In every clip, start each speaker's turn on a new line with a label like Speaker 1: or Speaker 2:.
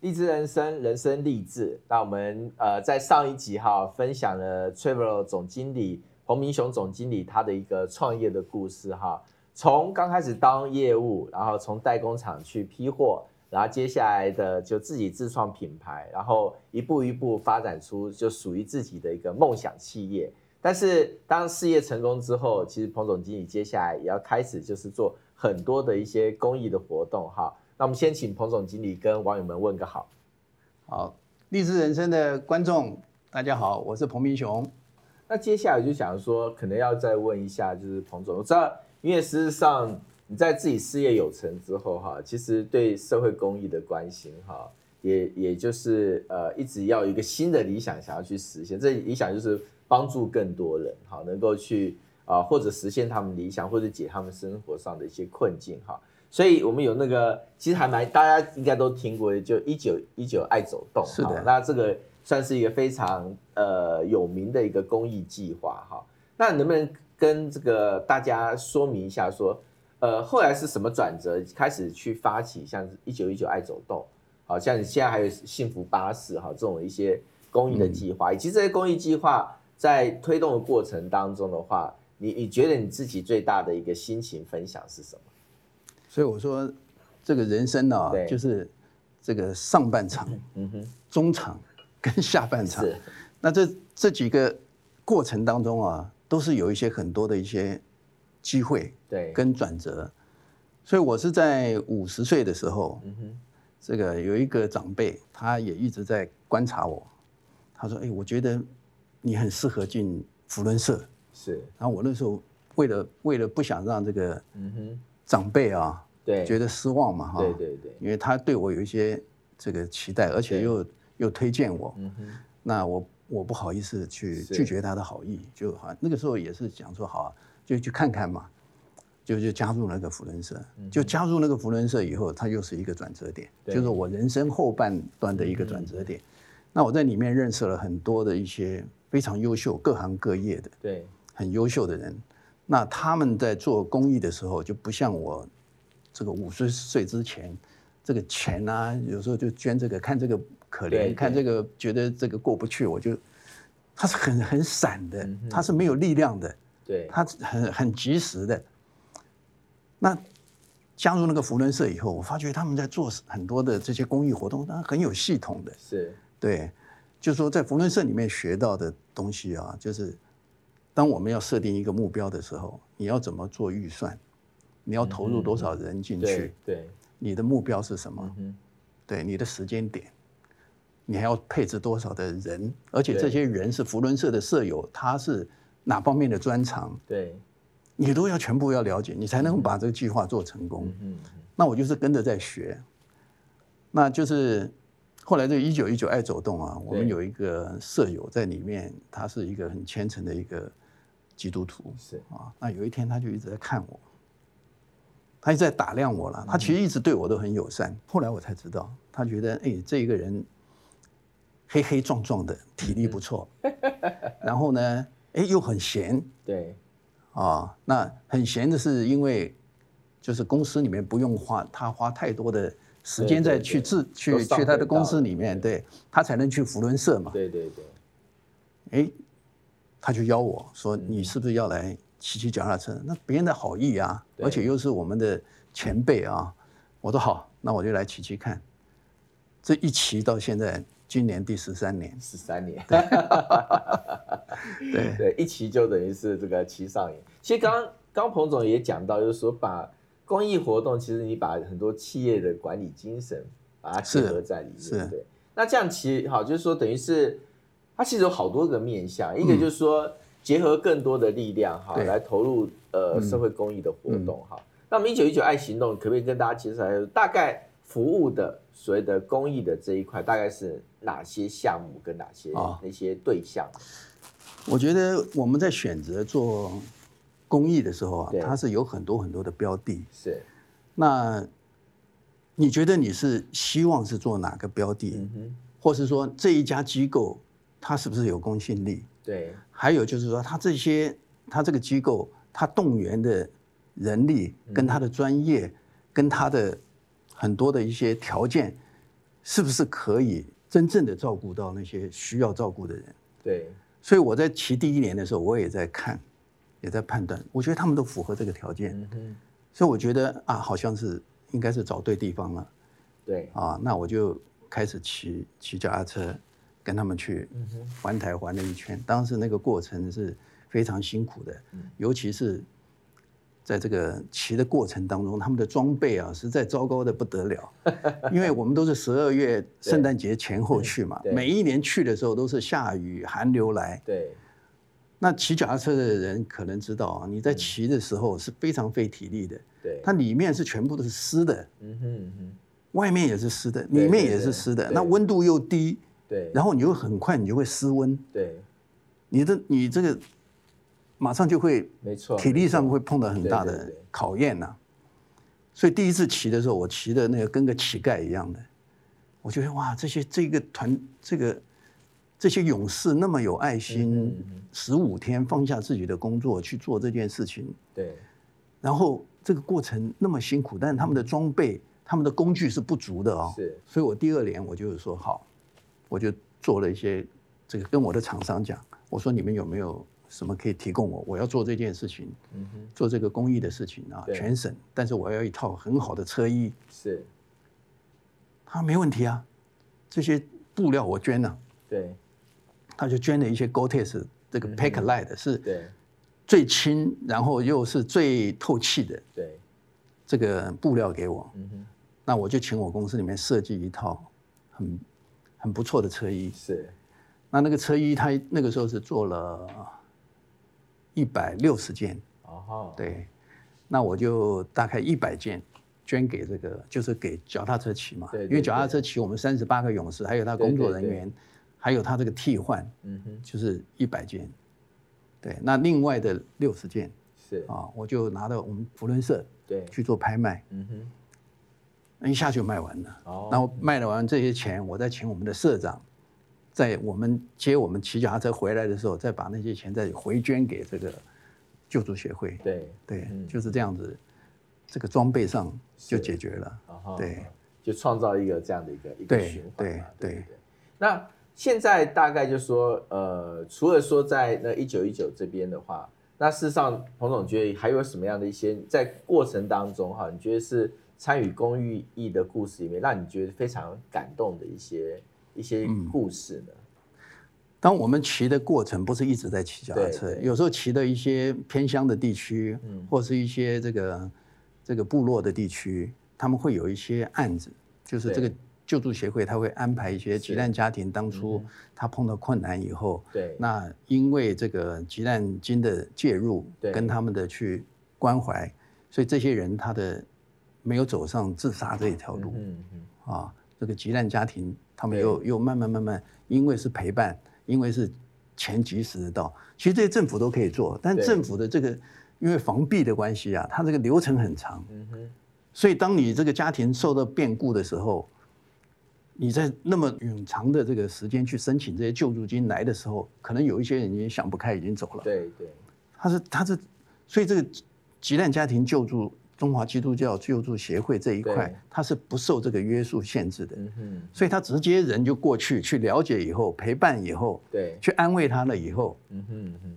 Speaker 1: 励志人生，人生励志。那我们呃在上一集哈分享了 Travel 总经理彭明雄总经理他的一个创业的故事哈，从刚开始当业务，然后从代工厂去批货，然后接下来的就自己自创品牌，然后一步一步发展出就属于自己的一个梦想企业。但是当事业成功之后，其实彭总经理接下来也要开始就是做很多的一些公益的活动哈。那我们先请彭总经理跟网友们问个好。
Speaker 2: 好，励志人生的观众，大家好，我是彭明雄。
Speaker 1: 那接下来就想说，可能要再问一下，就是彭总，我知道，因为事实上你在自己事业有成之后哈，其实对社会公益的关心哈，也也就是呃，一直要有一个新的理想想要去实现，这理想就是帮助更多人哈，能够去啊、呃或者实现他们理想，或者解他们生活上的一些困境哈。所以我们有那个，其实还蛮大家应该都听过，就一九一九爱走动，
Speaker 2: 是的
Speaker 1: 哈那这个算是一个非常呃有名的一个公益计划哈。那能不能跟这个大家说明一下说，呃，后来是什么转折，开始去发起像一九一九爱走动，好像你现在还有幸福巴士哈这种一些公益的计划，以及这些公益计划在推动的过程当中的话，你你觉得你自己最大的一个心情分享是什么？
Speaker 2: 所以我说，这个人生呢、
Speaker 1: 对
Speaker 2: 就是这个上半场、
Speaker 1: 嗯哼，
Speaker 2: 中场跟下半场。
Speaker 1: 是
Speaker 2: 那这这几个过程当中啊，都是有一些很多的一些机会
Speaker 1: 对，
Speaker 2: 跟转折。所以我是在五十岁的时候，
Speaker 1: 嗯哼，
Speaker 2: 这个有一个长辈，他也一直在观察我。他说：“哎、我觉得你很适合进福伦社。”
Speaker 1: 是，
Speaker 2: 然后我那时候为了为了不想让这个
Speaker 1: 嗯哼，
Speaker 2: 长辈啊
Speaker 1: 对，
Speaker 2: 觉
Speaker 1: 得
Speaker 2: 得失望嘛哈，
Speaker 1: 对对对，
Speaker 2: 因为他对我有一些这个期待，而且
Speaker 1: 对
Speaker 2: 又又推荐我，
Speaker 1: 嗯哼，
Speaker 2: 那我我不好意思去
Speaker 1: 是
Speaker 2: 拒绝他的好意，就好像那个时候也是想说好啊，就去看看嘛，就就加入那个福伦社，就加入那个福伦社以后，它又是一个转折点，
Speaker 1: 嗯对嗯
Speaker 2: 就是我人生后半段的一个转折点。那我在里面认识了很多的一些非常优秀、各行各业的。
Speaker 1: 对，
Speaker 2: 很优秀的人，那他们在做公益的时候，就不像我这个五十岁之前，这个钱啊，有时候就捐这个，看这个可
Speaker 1: 对
Speaker 2: 怜，
Speaker 1: 对
Speaker 2: 看这个觉得这个过不去，我就，他是很很散的
Speaker 1: 嗯哼，
Speaker 2: 他是没有力量的，
Speaker 1: 对，
Speaker 2: 他很很及时的。那加入那个福伦社以后，我发觉他们在做很多的这些公益活动，那很有系统的。
Speaker 1: 是，
Speaker 2: 对，就是说在福伦社里面学到的东西啊，就是当我们要设定一个目标的时候，你要怎么做预算，你要投入多少人进去，
Speaker 1: 嗯对对，
Speaker 2: 你的目标是什么，
Speaker 1: 嗯哼，
Speaker 2: 对，你的时间点，你还要配置多少的人，而且
Speaker 1: 对
Speaker 2: 这些人是福伦社的社友，他是哪方面的专长，
Speaker 1: 对，
Speaker 2: 你都要全部要了解，你才能把这个计划做成功。
Speaker 1: 嗯
Speaker 2: 那我就是跟着在学。那就是后来这个一九一九爱走动啊，我们有一个舍友在里面，他是一个很虔诚的一个基督徒
Speaker 1: 哼，是，
Speaker 2: 啊。那有一天他就一直在看我，他一直在打量我了。他其实一直对我都很友善。后来我才知道，他觉得哎，这一个人黑黑壮壮的，体力不错，然后呢，哎又很闲，
Speaker 1: 对，
Speaker 2: 啊，那很闲的是因为就是公司里面不用花他花太多的时间
Speaker 1: 对对
Speaker 2: 在去
Speaker 1: 对
Speaker 2: 自
Speaker 1: 都
Speaker 2: 去
Speaker 1: 上
Speaker 2: 去他
Speaker 1: 轨
Speaker 2: 的公
Speaker 1: 道
Speaker 2: 司
Speaker 1: 了
Speaker 2: 里面，对他才能去福伦社嘛。
Speaker 1: 对对对，
Speaker 2: 诶，他就邀我说你是不是要来骑骑脚踏车？那别人的好意啊，
Speaker 1: 对
Speaker 2: 而且又是我们的前辈啊，我说好，那我就来骑骑看。这一骑到现在，今年第十三年，
Speaker 1: 十三年，
Speaker 2: 对。
Speaker 1: 对，一骑就等于是这个骑上瘾。其实刚刚刚彭总也讲到，就是说把公益活动，其实你把很多企业的管理精神把它结
Speaker 2: 是
Speaker 1: 合在里面。
Speaker 2: 是
Speaker 1: 对，那这样其实好，就是说等于是它其实有好多个面向，一个就是说结合更多的力量哈，
Speaker 2: 嗯对嗯
Speaker 1: 来投入呃社会公益的活动哈。那么一九一九爱行动，可不可以跟大家介绍一下，大概服务的所谓的公益的这一块，大概是哪些项目跟哪些、
Speaker 2: 啊
Speaker 1: 那些对象？
Speaker 2: 我觉得我们在选择做公益的时候啊
Speaker 1: 对，
Speaker 2: 它是有很多很多的标的。
Speaker 1: 是，
Speaker 2: 那你觉得你是希望是做哪个标的，
Speaker 1: 嗯哼，
Speaker 2: 或是说这一家机构它是不是有公信力？
Speaker 1: 对。
Speaker 2: 还有就是说，它这些它这个机构它动员的人力跟它的专业、跟它的很多的一些条件，是不是可以真正的照顾到那些需要照顾的人？
Speaker 1: 对，
Speaker 2: 所以我在骑第一年的时候，我也在看，也在判断，我觉得他们都符合这个条件，
Speaker 1: 嗯哼，
Speaker 2: 所以我觉得啊，好像是应该是找对地方了
Speaker 1: 对，
Speaker 2: 啊，那我就开始骑骑脚踏车，跟他们去
Speaker 1: 嗯哼，
Speaker 2: 环台环了一圈。当时那个过程是非常辛苦的
Speaker 1: 嗯，
Speaker 2: 尤其是在这个骑的过程当中，他们的装备啊实在糟糕的不 得了。因为我们都是十二月圣诞节前后去嘛
Speaker 1: 对，对
Speaker 2: 每一年去的时候都是下雨寒流来。
Speaker 1: 对，
Speaker 2: 那骑脚踏车的人可能知道啊，你
Speaker 1: 嗯
Speaker 2: 在骑的时候是非常费体力的，
Speaker 1: 对，
Speaker 2: 它里面是全部都是湿的，
Speaker 1: 嗯哼嗯哼，
Speaker 2: 外面也是湿的，
Speaker 1: 对
Speaker 2: 里面也是湿
Speaker 1: 对
Speaker 2: 的，
Speaker 1: 对
Speaker 2: 那温度又低，
Speaker 1: 对，
Speaker 2: 然
Speaker 1: 后
Speaker 2: 后你又很快你就会失温。
Speaker 1: 对，
Speaker 2: 你的你这个马上就会
Speaker 1: 没错，嗯
Speaker 2: 体力上会碰到很大
Speaker 1: 对对
Speaker 2: 的
Speaker 1: 对
Speaker 2: 考验呐、所以第一次骑的时候，我骑的那个跟个乞丐一样的，我觉得哇，这些这个团这个这些勇士那么有爱
Speaker 1: 嗯
Speaker 2: 心
Speaker 1: 嗯嗯，
Speaker 2: 十五天放下自己的工作去做这件事情，
Speaker 1: 对，
Speaker 2: 然后这个过程那么辛苦，但他们的装备、他们的工具是不足的哦。
Speaker 1: 是，
Speaker 2: 所以我第二年我就是说好，我就做了一些这个跟我的厂商讲，我说你们有没有什么可以提供我？我要做这件事情，
Speaker 1: 嗯哼，
Speaker 2: 做这个公益的事情啊，
Speaker 1: 对
Speaker 2: 全省，但是我要一套很好的车衣。
Speaker 1: 是，
Speaker 2: 他说没问题啊，这些布料我捐了、
Speaker 1: 对，
Speaker 2: 他就捐了一些 Gore-Tex 这
Speaker 1: 嗯
Speaker 2: 个 Pack Light 是
Speaker 1: 对，
Speaker 2: 最轻，然后又是最透气的
Speaker 1: 对，
Speaker 2: 这个布料给我。
Speaker 1: 嗯哼，
Speaker 2: 那我就请我公司里面设计一套很很不错的车衣。
Speaker 1: 是，
Speaker 2: 那那个车衣，它那个时候是做了一百六十件，
Speaker 1: 哦哈，，
Speaker 2: 对，那我就大概一百件捐给这个，就是给脚踏车骑嘛，
Speaker 1: 对对
Speaker 2: 因为脚踏车骑我们三十八个勇士，还有他工作人员，还有他这个替换，
Speaker 1: 嗯哼，
Speaker 2: 就是一百件，对，那另外的六十件
Speaker 1: 是，
Speaker 2: 啊，我就拿到我们福伦社
Speaker 1: 对，
Speaker 2: 去做拍卖，
Speaker 1: 嗯哼，
Speaker 2: 一下就卖完了。
Speaker 1: 哦，
Speaker 2: 然后卖了完这些钱，我再请我们的社长，在我们接我们骑脚踏车回来的时候，再把那些钱再回捐给这个救助协会。
Speaker 1: 对，
Speaker 2: 对
Speaker 1: 嗯，
Speaker 2: 就是这样子，这个装备上就解决了。
Speaker 1: 然后
Speaker 2: 对，
Speaker 1: 啊就创造一个这样的一个一个
Speaker 2: 对
Speaker 1: 循环嘛，
Speaker 2: 对
Speaker 1: 对
Speaker 2: 对
Speaker 1: 对。那现在大概就说，呃，除了说在那一九一九这边的话，那事实上，彭总觉得还有什么样的一些在过程当中哈，你觉得是参与公益义的故事里面，让你觉得非常感动的一些一些
Speaker 2: 嗯
Speaker 1: 故事呢？
Speaker 2: 当我们骑的过程不是一直在骑脚踏车
Speaker 1: 对，对嗯
Speaker 2: 有时候骑到一些偏乡的地区，或是一些这个这个部落的地区，他们会有一些案子，就是这
Speaker 1: 对
Speaker 2: 个
Speaker 1: 嗯
Speaker 2: 救助协会他会安排一些急难家庭，当初他碰到困难以后，
Speaker 1: 对，
Speaker 2: 那因为这个急难金的介入
Speaker 1: 对，
Speaker 2: 跟他们的去关怀，所以这些人他的没有走上自杀这一条路、
Speaker 1: 嗯嗯，
Speaker 2: 啊。这个急难家庭，他们
Speaker 1: 对
Speaker 2: 又又慢慢慢慢，因为是陪伴，因为是钱及时的到，其实这些政府都可以做，但
Speaker 1: 对
Speaker 2: 政府的这个因为防弊的关系啊，它这个流程很长，
Speaker 1: 嗯哼，
Speaker 2: 所以当你这个家庭受到变故的时候，你在那么冗长的这个时间去申请这些救助金来的时候，可能有一些人已经想不开，已经走了。
Speaker 1: 对对
Speaker 2: 他是他是，所以这个急难家庭救助中华基督教救助协会这一块
Speaker 1: 对，
Speaker 2: 它是不受这个约束限制的，
Speaker 1: 嗯哼，
Speaker 2: 所以他直接人就过去去了解以后，陪伴以后，
Speaker 1: 对，
Speaker 2: 去安慰他了以后，
Speaker 1: 嗯哼嗯哼，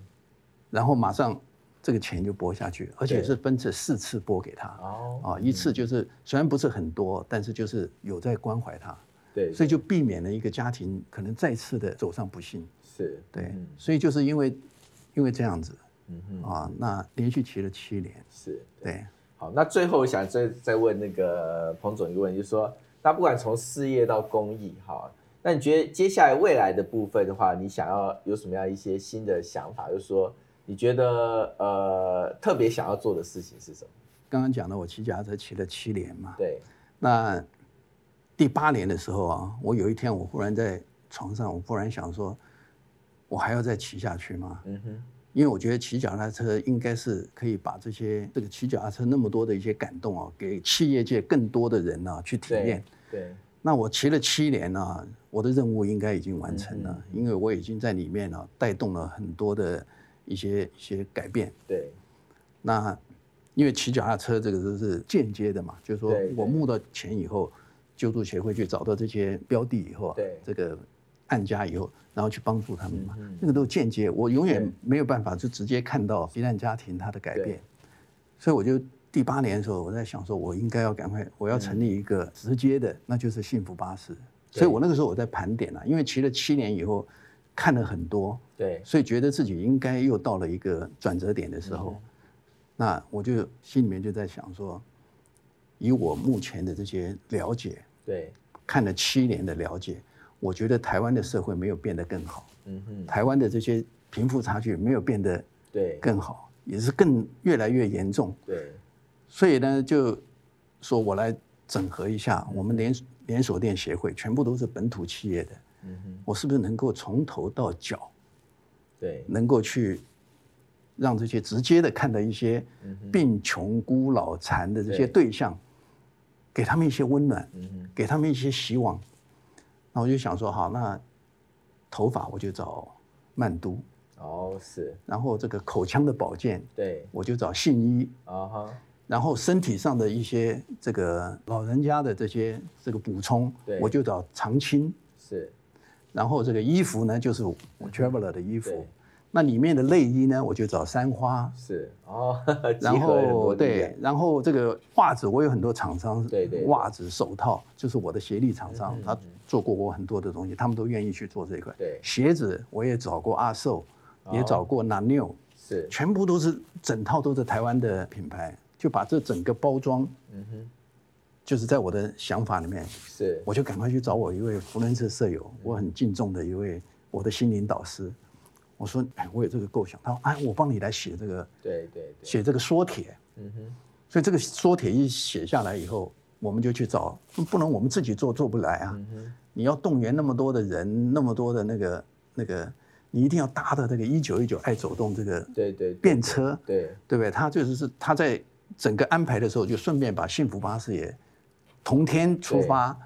Speaker 2: 然后马上这个钱就拨下去，而且
Speaker 1: 对
Speaker 2: 是分成四次拨给他。
Speaker 1: 哦，
Speaker 2: 啊，一次就是虽然不是很多，但是就是有在关怀他，
Speaker 1: 对，
Speaker 2: 所以就避免了一个家庭可能再次的走上不幸。
Speaker 1: 是，
Speaker 2: 对
Speaker 1: 嗯，
Speaker 2: 所以就是因为因为这样子
Speaker 1: 嗯哼，
Speaker 2: 啊，那连续骑了七年，
Speaker 1: 是。
Speaker 2: 对，
Speaker 1: 好，那最后想再再问那个彭总一个问题，就是说，那不管从事业到公益，哈，那你觉得接下来未来的部分的话，你想要有什么样一些新的想法？就是说，你觉得呃特别想要做的事情是什么？
Speaker 2: 刚刚讲了我骑脚踏车骑了七年嘛，
Speaker 1: 对，
Speaker 2: 那第八年的时候啊，我有一天我忽然在床上，我忽然想说，我还要再骑下去吗？
Speaker 1: 嗯哼，
Speaker 2: 因为我觉得骑脚踏车应该是可以把这些这个骑脚踏车那么多的一些感动啊，给企业界更多的人啊去体验
Speaker 1: 对。，对，
Speaker 2: 那我骑了七年啊，我的任务应该已经完成了，因为我已经在里面啊带动了很多的一些一些改变。
Speaker 1: 对，
Speaker 2: 那因为骑脚踏车这个都是间接的嘛，就是说
Speaker 1: 对对
Speaker 2: 我募到钱以后，救助协会去找到这些标的以后啊，
Speaker 1: 对
Speaker 2: 这个案家以后，然后去帮助他们嘛，
Speaker 1: 嗯嗯
Speaker 2: 那个都是间接，我永远
Speaker 1: 对
Speaker 2: 没有办法就直接看到避难家庭它的改
Speaker 1: 对
Speaker 2: 变，所以我就第八年的时候，我在想说，我应该要赶快，我要成立一个直接的，那就是幸福巴士。
Speaker 1: 嗯对
Speaker 2: 所以我那个时候我在盘点啊，因为骑了七年以后，看了很多，
Speaker 1: 对，
Speaker 2: 所以觉得自己应该又到了一个转折点的时候，那我就心里面就在想说，以我目前的这些了解，
Speaker 1: 对，
Speaker 2: 看了七年的了解，我觉得台湾的社会没有变得更好，
Speaker 1: 嗯哼，
Speaker 2: 台湾的这些贫富差距没有变得
Speaker 1: 对，
Speaker 2: 更好，也是更越来越严重。
Speaker 1: 对，
Speaker 2: 所以呢，就说我来整合一下，我们连连锁店协会全部都是本土企业的，
Speaker 1: 嗯哼，
Speaker 2: 我是不是能够从头到脚
Speaker 1: 对，
Speaker 2: 能够去让这些直接的看到一些
Speaker 1: 嗯
Speaker 2: 病穷、孤老、残的这些对象，给他们一些温暖，
Speaker 1: 嗯哼，
Speaker 2: 给他们一些希望。那我就想说，好，那头发我就找曼都，
Speaker 1: 哦，是，
Speaker 2: 然后这个口腔的保健
Speaker 1: 对，
Speaker 2: 我就找信医，
Speaker 1: 啊哈，
Speaker 2: 然后身体上的一些这个老人家的这些这个补充
Speaker 1: 对，
Speaker 2: 我就找长青。
Speaker 1: 是，
Speaker 2: 然后这个衣服呢，就是我 traveler 的衣服
Speaker 1: 嗯对。
Speaker 2: 那里面的内衣呢，我就找三花。
Speaker 1: 是，哦， 呵呵集
Speaker 2: 然
Speaker 1: 合了很
Speaker 2: 后
Speaker 1: 多力
Speaker 2: 对
Speaker 1: 量，，
Speaker 2: 然后这个袜子我有很多厂商，
Speaker 1: 对对对
Speaker 2: 袜子、手套就是我的协力厂商
Speaker 1: 嗯嗯，
Speaker 2: 他做过我很多的东西，他们都愿意去做这一块。
Speaker 1: 对哦
Speaker 2: 鞋子我也找过阿寿，也找过 n a n o
Speaker 1: 是，
Speaker 2: 全部都是整套都是台湾的品牌，就把这整个包装
Speaker 1: 嗯哼，
Speaker 2: 就是在我的想法里面，
Speaker 1: 是，
Speaker 2: 我就赶快去找我一位福伦社舍友，我很敬重的一位我的心灵导师。我说，哎，我有这个构想。他说，哎，我帮你来写这个
Speaker 1: 对对对，
Speaker 2: 写这个说帖。
Speaker 1: 嗯哼，
Speaker 2: 所以这个缩帖一写下来以后，我们就去找，不能我们自己做做不来啊。
Speaker 1: 嗯哼，
Speaker 2: 你要动员那么多的人，那么多的那个那个，你一定要搭的这个一九一九爱走动这个
Speaker 1: 对对，对
Speaker 2: 便车，
Speaker 1: 对，
Speaker 2: 对不对？他就是是他在整个安排的时候，就顺便把幸福巴士也同天出发，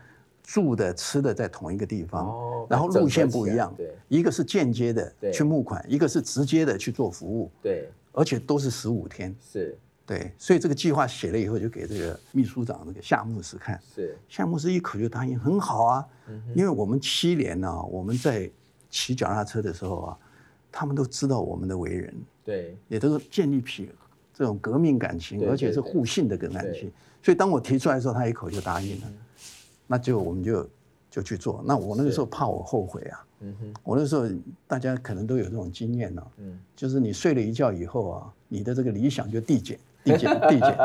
Speaker 2: 住的吃的在同一个地方，
Speaker 1: 哦
Speaker 2: 然后路线不一样
Speaker 1: 整合起来，
Speaker 2: 一个是间接
Speaker 1: 对
Speaker 2: 的去募款，一个是直接的去做服务，
Speaker 1: 对，
Speaker 2: 而且都是十五天。
Speaker 1: 是
Speaker 2: 对，所以这个计划写了以后，就给这个秘书长这个夏牧师看。
Speaker 1: 是，
Speaker 2: 夏牧师一口就答应，很好啊
Speaker 1: 嗯。
Speaker 2: 因为我们七年呢、我们在骑脚踏车的时候啊，他们都知道我们的为人，
Speaker 1: 对，
Speaker 2: 也都是建立起这种革命感情，
Speaker 1: 对
Speaker 2: 而且是
Speaker 1: 对对
Speaker 2: 互信的感情
Speaker 1: 对。
Speaker 2: 所以当我提出来的时候，他一口就答应了。那就我们就就去做。那我那个时候怕我后悔啊，
Speaker 1: 嗯哼，
Speaker 2: 我那时候大家可能都有这种经验呢、
Speaker 1: 嗯，
Speaker 2: 就是你睡了一觉以后啊，你的这个理想就递减、递减、递减。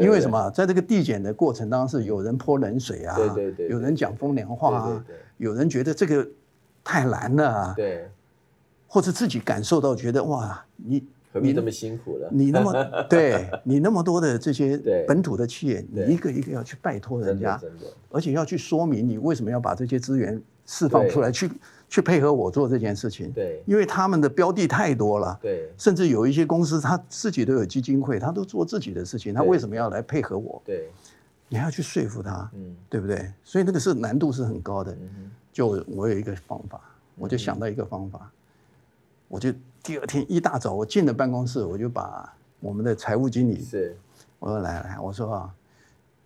Speaker 2: 因为什么？在这个递减的过程当中，是有人泼冷水啊，
Speaker 1: 对对对对
Speaker 2: 有人讲风凉话啊，
Speaker 1: 对对对
Speaker 2: 有人觉得这个太难了啊，
Speaker 1: 对，
Speaker 2: 或者自己感受到觉得哇，你
Speaker 1: 何必
Speaker 2: 你
Speaker 1: 这么辛苦了？
Speaker 2: 你那 么对你那么多的这些
Speaker 1: 对
Speaker 2: 本土的企业，你
Speaker 1: 对
Speaker 2: 一个一个要去拜托人
Speaker 1: 真的
Speaker 2: 家，
Speaker 1: 真的，
Speaker 2: 而且要去说明你为什么要把这些资源释放出来，去去配合我做这件事情。
Speaker 1: 对
Speaker 2: 因为他们的标的太多了，
Speaker 1: 对
Speaker 2: 甚至有一些公司他自己都有基金会，他都做自己的事情，他
Speaker 1: 对
Speaker 2: 为什么要来配合我？
Speaker 1: 对，
Speaker 2: 你还要去说服他，
Speaker 1: 嗯
Speaker 2: 对不对？所以那个是难度是很高的。
Speaker 1: 嗯哼，
Speaker 2: 就我有一个方法，我就想到一个方法，我就第二天一大早我进了办公室，我就把我们的财务经理，
Speaker 1: 是，
Speaker 2: 我说来来，我说啊，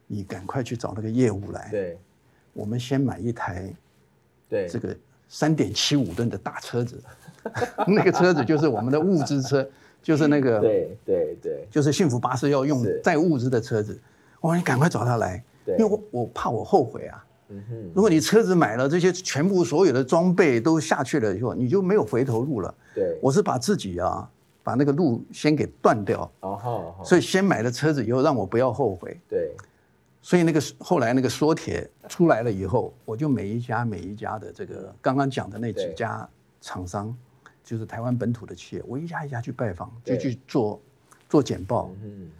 Speaker 2: 你赶快去找那个业务来，
Speaker 1: 对
Speaker 2: 我们先买一台
Speaker 1: 对，
Speaker 2: 这个三点七五吨的大车子， 那个车子就是我们的物资车，就是那个
Speaker 1: 对对对
Speaker 2: 就是幸福巴士要用
Speaker 1: 是
Speaker 2: 载物资的车子，我说你赶快找他来，
Speaker 1: 对
Speaker 2: 因为我我怕我后悔啊。
Speaker 1: 嗯哼，
Speaker 2: 如果你车子买了，这些全部所有的装备都下去了以后，你就没有回头路了。
Speaker 1: 对，
Speaker 2: 我是把自己啊，把那个路先给断掉，
Speaker 1: 哦吼吼，
Speaker 2: 所以先买了车子以后，让我不要后悔。
Speaker 1: 对
Speaker 2: 所以那个后来那个缩帖出来了以后，我就每一家每一家的这个刚刚讲的那几
Speaker 1: 对
Speaker 2: 家厂商，就是台湾本土的企业，我一家一家去拜访，就
Speaker 1: 对
Speaker 2: 去做做简报。
Speaker 1: 嗯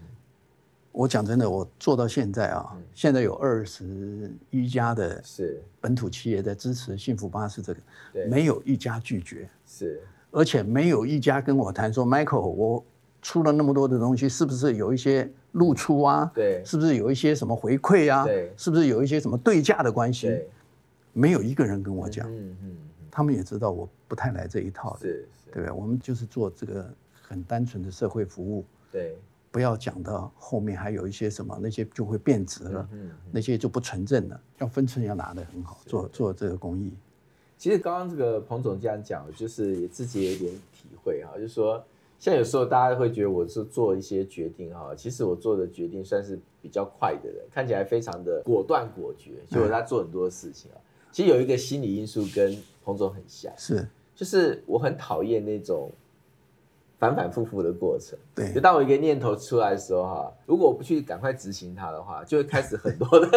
Speaker 2: 我讲真的，我做到现在啊，现在有二十一家的
Speaker 1: 是
Speaker 2: 本土企业在支持幸福巴士这个
Speaker 1: 对，
Speaker 2: 没有一家拒绝，
Speaker 1: 是
Speaker 2: 而且没有一家跟我谈说，Michael，我出了那么多的东西，是不是有一些露出啊？
Speaker 1: 对
Speaker 2: 是不是有一些什么回馈啊？
Speaker 1: 对
Speaker 2: 是不是有一些什么对价的关系？
Speaker 1: 对，
Speaker 2: 没有一个人跟我讲，
Speaker 1: 嗯嗯嗯
Speaker 2: 他们也知道我不太来这一套的，
Speaker 1: 是是，
Speaker 2: 对不对？我们就是做这个很单纯的社会服务，
Speaker 1: 对
Speaker 2: 不要讲到后面还有一些什么那些就会变质
Speaker 1: 嗯
Speaker 2: 了，那些就不纯正了。要分寸要拿得很好，做做这个工艺。
Speaker 1: 其实刚刚这个彭总这样讲，就是也自己也有点体会哈，就是说，像有时候大家会觉得我是做一些决定哈，其实我做的决定算是比较快的人，看起来非常的果断果决，结果他做很多事情啊。其实有一个心理因素跟彭总很像，
Speaker 2: 是
Speaker 1: 就是我很讨厌那种反反复复的过程。就
Speaker 2: 对，
Speaker 1: 当我一个念头出来的时候哈，如果我不去赶快执行它的话，就会开始很多 的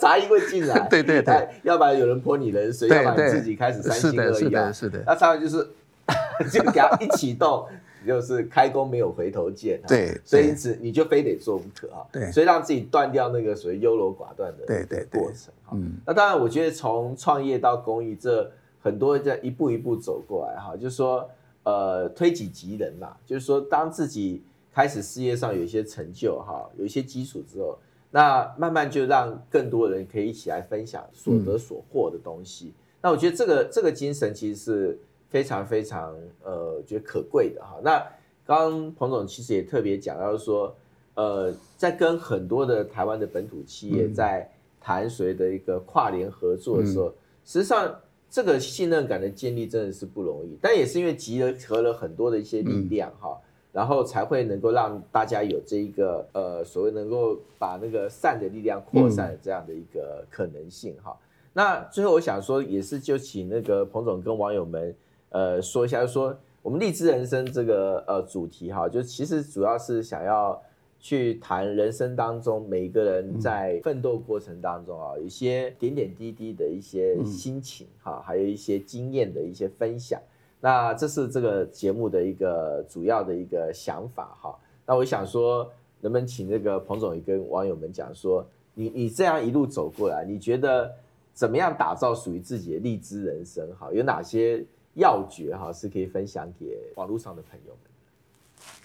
Speaker 1: 杂音会进来。
Speaker 2: 对对对
Speaker 1: 哎要不然有人泼你冷水，
Speaker 2: 对
Speaker 1: 要不然你
Speaker 2: 对
Speaker 1: 自己开始三
Speaker 2: 是
Speaker 1: 心
Speaker 2: 的，
Speaker 1: 二
Speaker 2: 是
Speaker 1: 意啊
Speaker 2: 的，。是的，
Speaker 1: 那当然就是 就给它一启动，就是开弓没有回头箭、啊。，
Speaker 2: 对，
Speaker 1: 所以
Speaker 2: 对
Speaker 1: 因此你就非得做不可啊。
Speaker 2: 对
Speaker 1: 所以让自己断掉那个所谓优柔寡断的
Speaker 2: 对对对
Speaker 1: 过程啊。
Speaker 2: 嗯，
Speaker 1: 那当然，我觉得从创业到公益，这很多在一步一步走过来哈，就是说，呃，推己及人嘛，就是说，当自己开始事业上有一些成就哈，有一些基础之后，那慢慢就让更多人可以一起来分享所得所获的东西。那我觉得这个这个精神其实是非常非常呃，觉得可贵的哈。那刚刚彭总其实也特别讲到说，呃，在跟很多的台湾的本土企业
Speaker 2: 嗯
Speaker 1: 在谈所谓的一个跨联合作的时候，实际上这个信任感的建立真的是不容易，但也是因为集合了很多的一些力量哈。然后才会能够让大家有这一个呃所谓能够把那个善的力量扩散的这样的一个可能性哈。那最后我想说，也是就请那个彭总跟网友们呃说一下，就说我们荔枝人生这个呃主题哈，就其实主要是想要去谈人生当中每一个人在奋斗过程当中啊，有一些点点滴滴的一些心情哈，还有一些经验的一些分享。那这是这个节目的一个主要的一个想法哈。那我想说，能不能请这个彭总也跟网友们讲说，你你这样一路走过来，你觉得怎么样打造属于自己的荔枝人生？哈，有哪些要诀哈是可以分享给网络上的朋友们？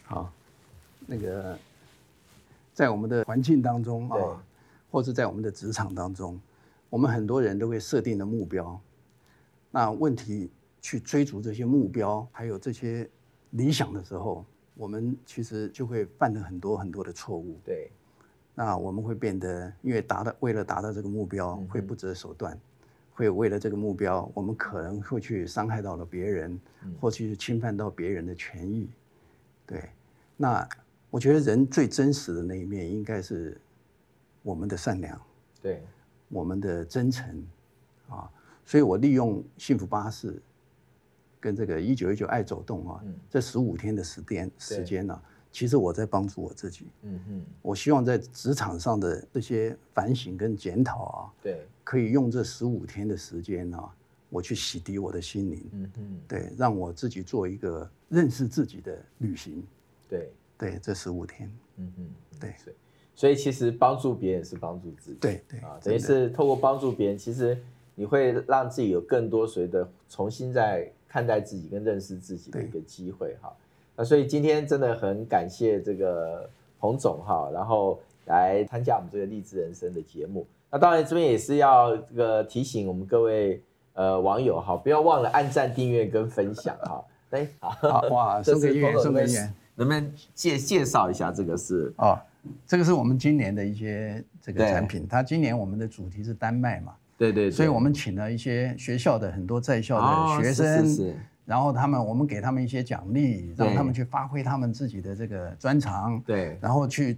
Speaker 2: 好，那个在我们的环境当中
Speaker 1: 对
Speaker 2: 啊，或者在我们的职场当中，我们很多人都会设定的目标，那问题去追逐这些目标，还有这些理想的时候，我们其实就会犯了很多很多的错误。
Speaker 1: 对，
Speaker 2: 那我们会变得，因为达到为了达到这个目标
Speaker 1: 嗯哼，
Speaker 2: 会不择手段，会为了这个目标，我们可能会去伤害到了别人，
Speaker 1: 嗯
Speaker 2: 或去侵犯到别人的权益。对，那我觉得人最真实的那一面，应该是我们的善良，
Speaker 1: 对，
Speaker 2: 我们的真诚啊。所以我利用幸福巴士跟这个一九一九爱走动啊，
Speaker 1: 嗯
Speaker 2: 这十五天的时间时间呢、其实我在帮助我自己。
Speaker 1: 嗯哼，
Speaker 2: 我希望在职场上的这些反省跟检讨啊，
Speaker 1: 对，
Speaker 2: 可以用这十五天的时间啊，我去洗涤我的心灵，
Speaker 1: 嗯哼，
Speaker 2: 对，让我自己做一个认识自己的旅行。
Speaker 1: 对，
Speaker 2: 对，这十五天，
Speaker 1: 嗯哼，
Speaker 2: 对
Speaker 1: 所以所以其实帮助别人是帮助自己。
Speaker 2: 对对
Speaker 1: 啊，，等
Speaker 2: 真
Speaker 1: 于
Speaker 2: 的
Speaker 1: 是透过帮助别人，其实你会让自己有更多随着重新在看待自己跟认识自己的一个机会哈。那所以今天真的很感谢这个洪总哈，然后来参加我们这个励志人生的节目。那当然这边也是要这个提醒我们各位呃网友哈，不要忘了按赞、订阅跟分享哈。哎，
Speaker 2: 好
Speaker 1: 好，
Speaker 2: 哇，
Speaker 1: 这
Speaker 2: 送
Speaker 1: 是
Speaker 2: 给议员，
Speaker 1: 彭总
Speaker 2: 送
Speaker 1: 能
Speaker 2: 给
Speaker 1: 不
Speaker 2: 议
Speaker 1: 能
Speaker 2: 员
Speaker 1: 能不能介介绍一下这个是？
Speaker 2: 哦。这个是我们今年的一些这个
Speaker 1: 对
Speaker 2: 产品，它今年我们的主题是丹麦嘛，
Speaker 1: 对对对，
Speaker 2: 所以我们请了一些学校的很多在校
Speaker 1: 哦
Speaker 2: 的学
Speaker 1: 是
Speaker 2: 生，
Speaker 1: 是是
Speaker 2: 然后他们我们给他们一些奖励，
Speaker 1: 对
Speaker 2: 让他们去发挥他们自己的这个专长，
Speaker 1: 对
Speaker 2: 然后去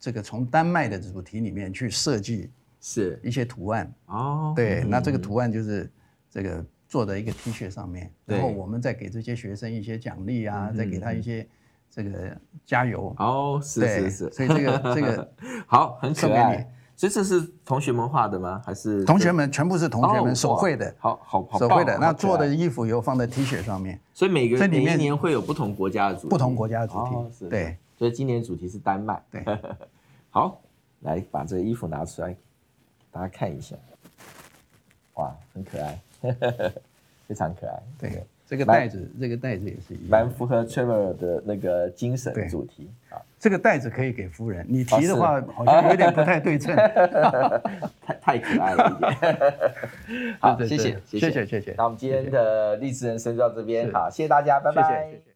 Speaker 2: 这个从丹麦的主题里面去设计
Speaker 1: 是
Speaker 2: 一些图案，
Speaker 1: 哦，
Speaker 2: 对，那这个
Speaker 1: 嗯
Speaker 2: 图案就是这个做的一个 T 恤上面，
Speaker 1: 对
Speaker 2: 然后我们再给这些学生一些奖励啊，
Speaker 1: 嗯
Speaker 2: 再给他一些这个加油，
Speaker 1: 哦，是
Speaker 2: 对
Speaker 1: 是 是，
Speaker 2: 所以这个这个
Speaker 1: 好，很可
Speaker 2: 送给
Speaker 1: 爱。所以这是同学们画的吗？还是
Speaker 2: 同学们全部是同学
Speaker 1: 哦
Speaker 2: 们手绘的
Speaker 1: 哇，好好好
Speaker 2: 手绘
Speaker 1: 棒
Speaker 2: 的，
Speaker 1: 哦
Speaker 2: 那
Speaker 1: 好可
Speaker 2: 做的
Speaker 1: 爱
Speaker 2: 衣服以后放在 T 恤上面，
Speaker 1: 所以每个
Speaker 2: 这里
Speaker 1: 每一
Speaker 2: 面
Speaker 1: 年会有不同国家的主题，
Speaker 2: 不同国家的主
Speaker 1: 哦
Speaker 2: 题，，对
Speaker 1: 是所以今年主题是丹麦。
Speaker 2: 对。
Speaker 1: 好，来把这个衣服拿出来，大家看一下。哇，很可爱， 非常可爱，
Speaker 2: 对，这个袋子，这个袋子也是一样
Speaker 1: 蛮。符合 Trevor 的那个精神
Speaker 2: 对
Speaker 1: 主题啊。
Speaker 2: 这个袋子可以给夫人，你提的
Speaker 1: 哦
Speaker 2: 话好像有点不太对称。
Speaker 1: 太太可爱 了一 点。好，
Speaker 2: 对
Speaker 1: 谢
Speaker 2: 对
Speaker 1: 谢，
Speaker 2: 对谢谢谢谢
Speaker 1: 那我们今天的励志人生就到这边，
Speaker 2: 是
Speaker 1: 好，谢谢大家，拜
Speaker 2: 谢谢
Speaker 1: 拜
Speaker 2: 谢谢。